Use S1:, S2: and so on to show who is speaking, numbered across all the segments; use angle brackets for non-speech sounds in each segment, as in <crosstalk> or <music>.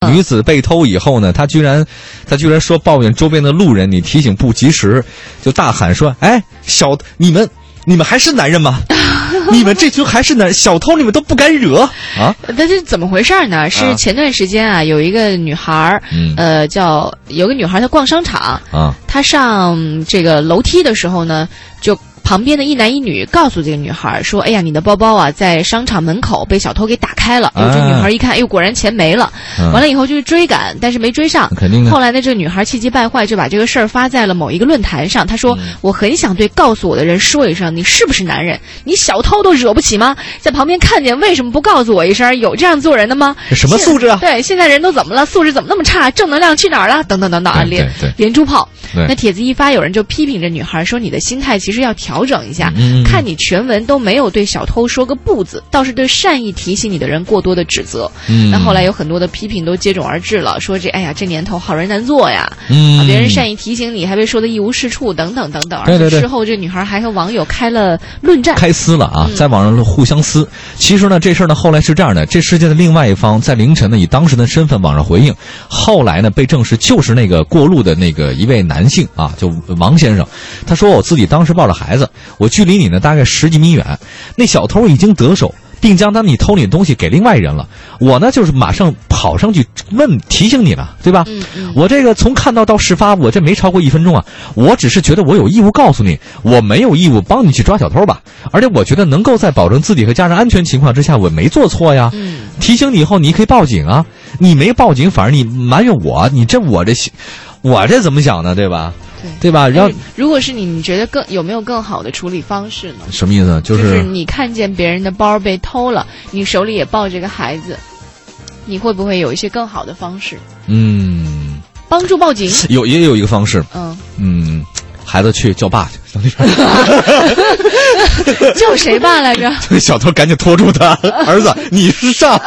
S1: 嗯
S2: 女子被偷以后呢，她居然，她居然说抱怨周边的路人，你提醒不及时，就大喊说：“哎，小你们，你们还是男人
S1: <laughs>
S2: 吗？你们这群还是男小偷，你们都不敢惹啊
S1: 呃但是怎么回事儿呢？
S2: 啊
S1: 是前段时间啊，有一个女孩儿，
S2: 嗯
S1: 呃，叫有个女孩儿，她逛商场，
S2: 啊
S1: 她上这个楼梯的时候呢，就旁边的一男一女告诉这个女孩儿说：“哎呀，你的包包啊，在商场门口被小偷给打开了。”
S2: 啊
S1: 这女孩儿一看，哎呦，果然钱没了。！”完
S2: 了，
S1: 了以后就去追赶，但是没追上。
S2: 嗯肯定
S1: 后
S2: 啊，
S1: 来呢，这个女孩气急败坏，就把这个事儿发在了某一个论坛上。她
S2: 嗯
S1: 说：“我很想对告诉我的人说一声，你是不是男人？你小偷都惹不起吗？在旁边看见，为什么不告诉我一声？有这样做人的吗？
S2: 什么素质啊？
S1: 对，现在人都怎么了？素质怎么那么差？正能量去哪儿了？等等等等啊，
S2: 对
S1: 连
S2: 对
S1: 连珠炮。
S2: 对
S1: 那帖子一发，有人就批评这女孩说：“你的心态其实要调整一下。
S2: 嗯嗯嗯
S1: 看你全文都没有对小偷说个不字，倒是对善意提醒你的人过多的指责。
S2: 嗯
S1: 那后来有很多的批评都接踵而至了，说这哎呀，这年头好人难做呀，啊
S2: 嗯，
S1: 别人善意提醒你还被说的一无是处，等等等等。
S2: 对对
S1: 而且
S2: 对
S1: 事后这女孩还和网友开了论战。
S2: 开撕了啊，在网上互相撕。其实呢，这事儿呢，后来是这样的：这事件的另外一方在凌晨呢，以当事人的身份网上回应，后来呢，被证实就是那个过路的那个一位男性啊，就王先生，他说我自己当时抱着孩子，我距离你呢大概十几米远，那小偷已经得手。并将他你偷你的东西给另外人了，我呢就是马上跑上去问提醒你了，对吧？
S1: 嗯嗯，
S2: 我这个从看到到事发，我这没超过一分钟啊。我只是觉得我有义务告诉你，我没有义务帮你去抓小偷吧。而且我觉得能够在保证自己和家人安全情况之下，我没做错呀。
S1: 嗯，
S2: 提醒你以后，你可以报警啊。你没报警，反而你埋怨我，你这我这心，我这怎么想呢？对吧？
S1: 对。哎
S2: 对吧？然后
S1: 但是如果是你，你觉得更有没有更好的处理方式呢？
S2: 什么意思？就
S1: 就是你看见别人的包被偷了，你手里也抱着个孩子，你会不会有一些更好的方式
S2: 嗯，
S1: 帮助报
S2: <laughs>
S1: 警？
S2: 有也有一个方式，
S1: 嗯，
S2: 嗯，孩子去叫爸去，到那边
S1: 救谁爸来
S2: <laughs>
S1: 着？
S2: 这小偷赶紧拖住他，儿子，你是上。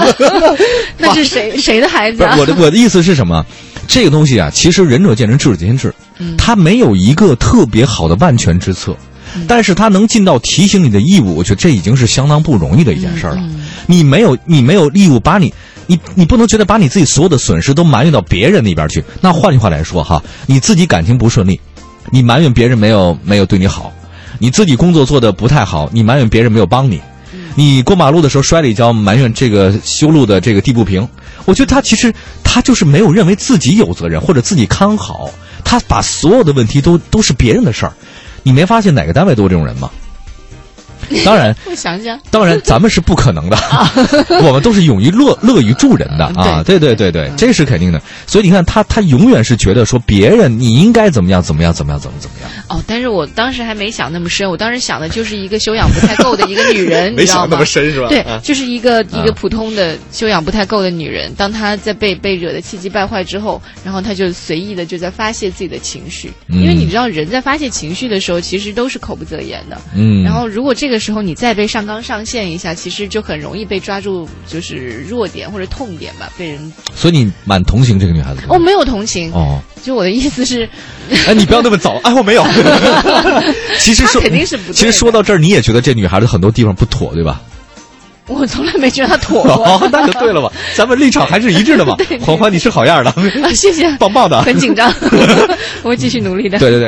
S1: 那是谁 <laughs> 谁的孩子
S2: 不是
S1: 啊？
S2: 我的我的意思是什么？这个东西啊，其实仁者见仁，智者见智，
S1: 嗯
S2: 它没有一个特别好的万全之策，但是它能尽到提醒你的义务，我觉得这已经是相当不容易的一件事儿了。
S1: 嗯
S2: 你没有你没有义务把你。你你不能觉得把你自己所有的损失都埋怨到别人那边去。那换句话来说哈，你自己感情不顺利，你埋怨别人没有没有对你好，你自己工作做的不太好，你埋怨别人没有帮你，你过马路的时候摔了一跤，埋怨这个修路的这个地不平。我觉得他其实他就是没有认为自己有责任或者自己看好，他把所有的问题都都是别人的事儿。你没发现哪个单位都有这种人吗？当然，
S1: 我想想，
S2: 当然，咱们是不可
S1: <laughs>
S2: 能的，我们都是勇于乐乐于助人的啊！对对对
S1: 嗯
S2: 对，这是肯定的。所以你看，他他永远是觉得说别人你应该怎么样怎么样怎么样怎么怎么样，
S1: 哦，但是我当时还没想那么深，我当时想的就是一个修养不太够的一个女
S2: <laughs>
S1: 人，你知道吗？
S2: 深是吧
S1: 对，就是一个一个
S2: 啊
S1: 普通的修养不太够的女人，当她在被被惹得气急败坏之后，然后她就随意的就在发泄自己的情绪，
S2: 嗯
S1: 因为你知道人在发泄情绪的时候，其实都是口不择言的。
S2: 嗯，
S1: 然后如果这个时候你再被上纲上线一下，其实就很容易被抓住就是弱点或者痛点吧，被人
S2: 所以你蛮同情这个女孩子的
S1: 哦没有同情，
S2: 哦，
S1: 就我的意思是，
S2: 哎，你不要那么早，哎，我没
S1: <laughs>
S2: 有。其实
S1: 她
S2: 说
S1: 肯定是不对的
S2: 其实说到这儿，你也觉得这女孩子很多地方不妥，对吧？
S1: 我从来没觉得她妥过，
S2: 哦 <laughs> ，那就对了嘛，咱们立场还是一致的嘛。欢欢，你是好样的，
S1: <laughs> 啊谢谢，
S2: 棒棒的。 <laughs>
S1: 很紧张，我会继续努力的。
S2: 对对对。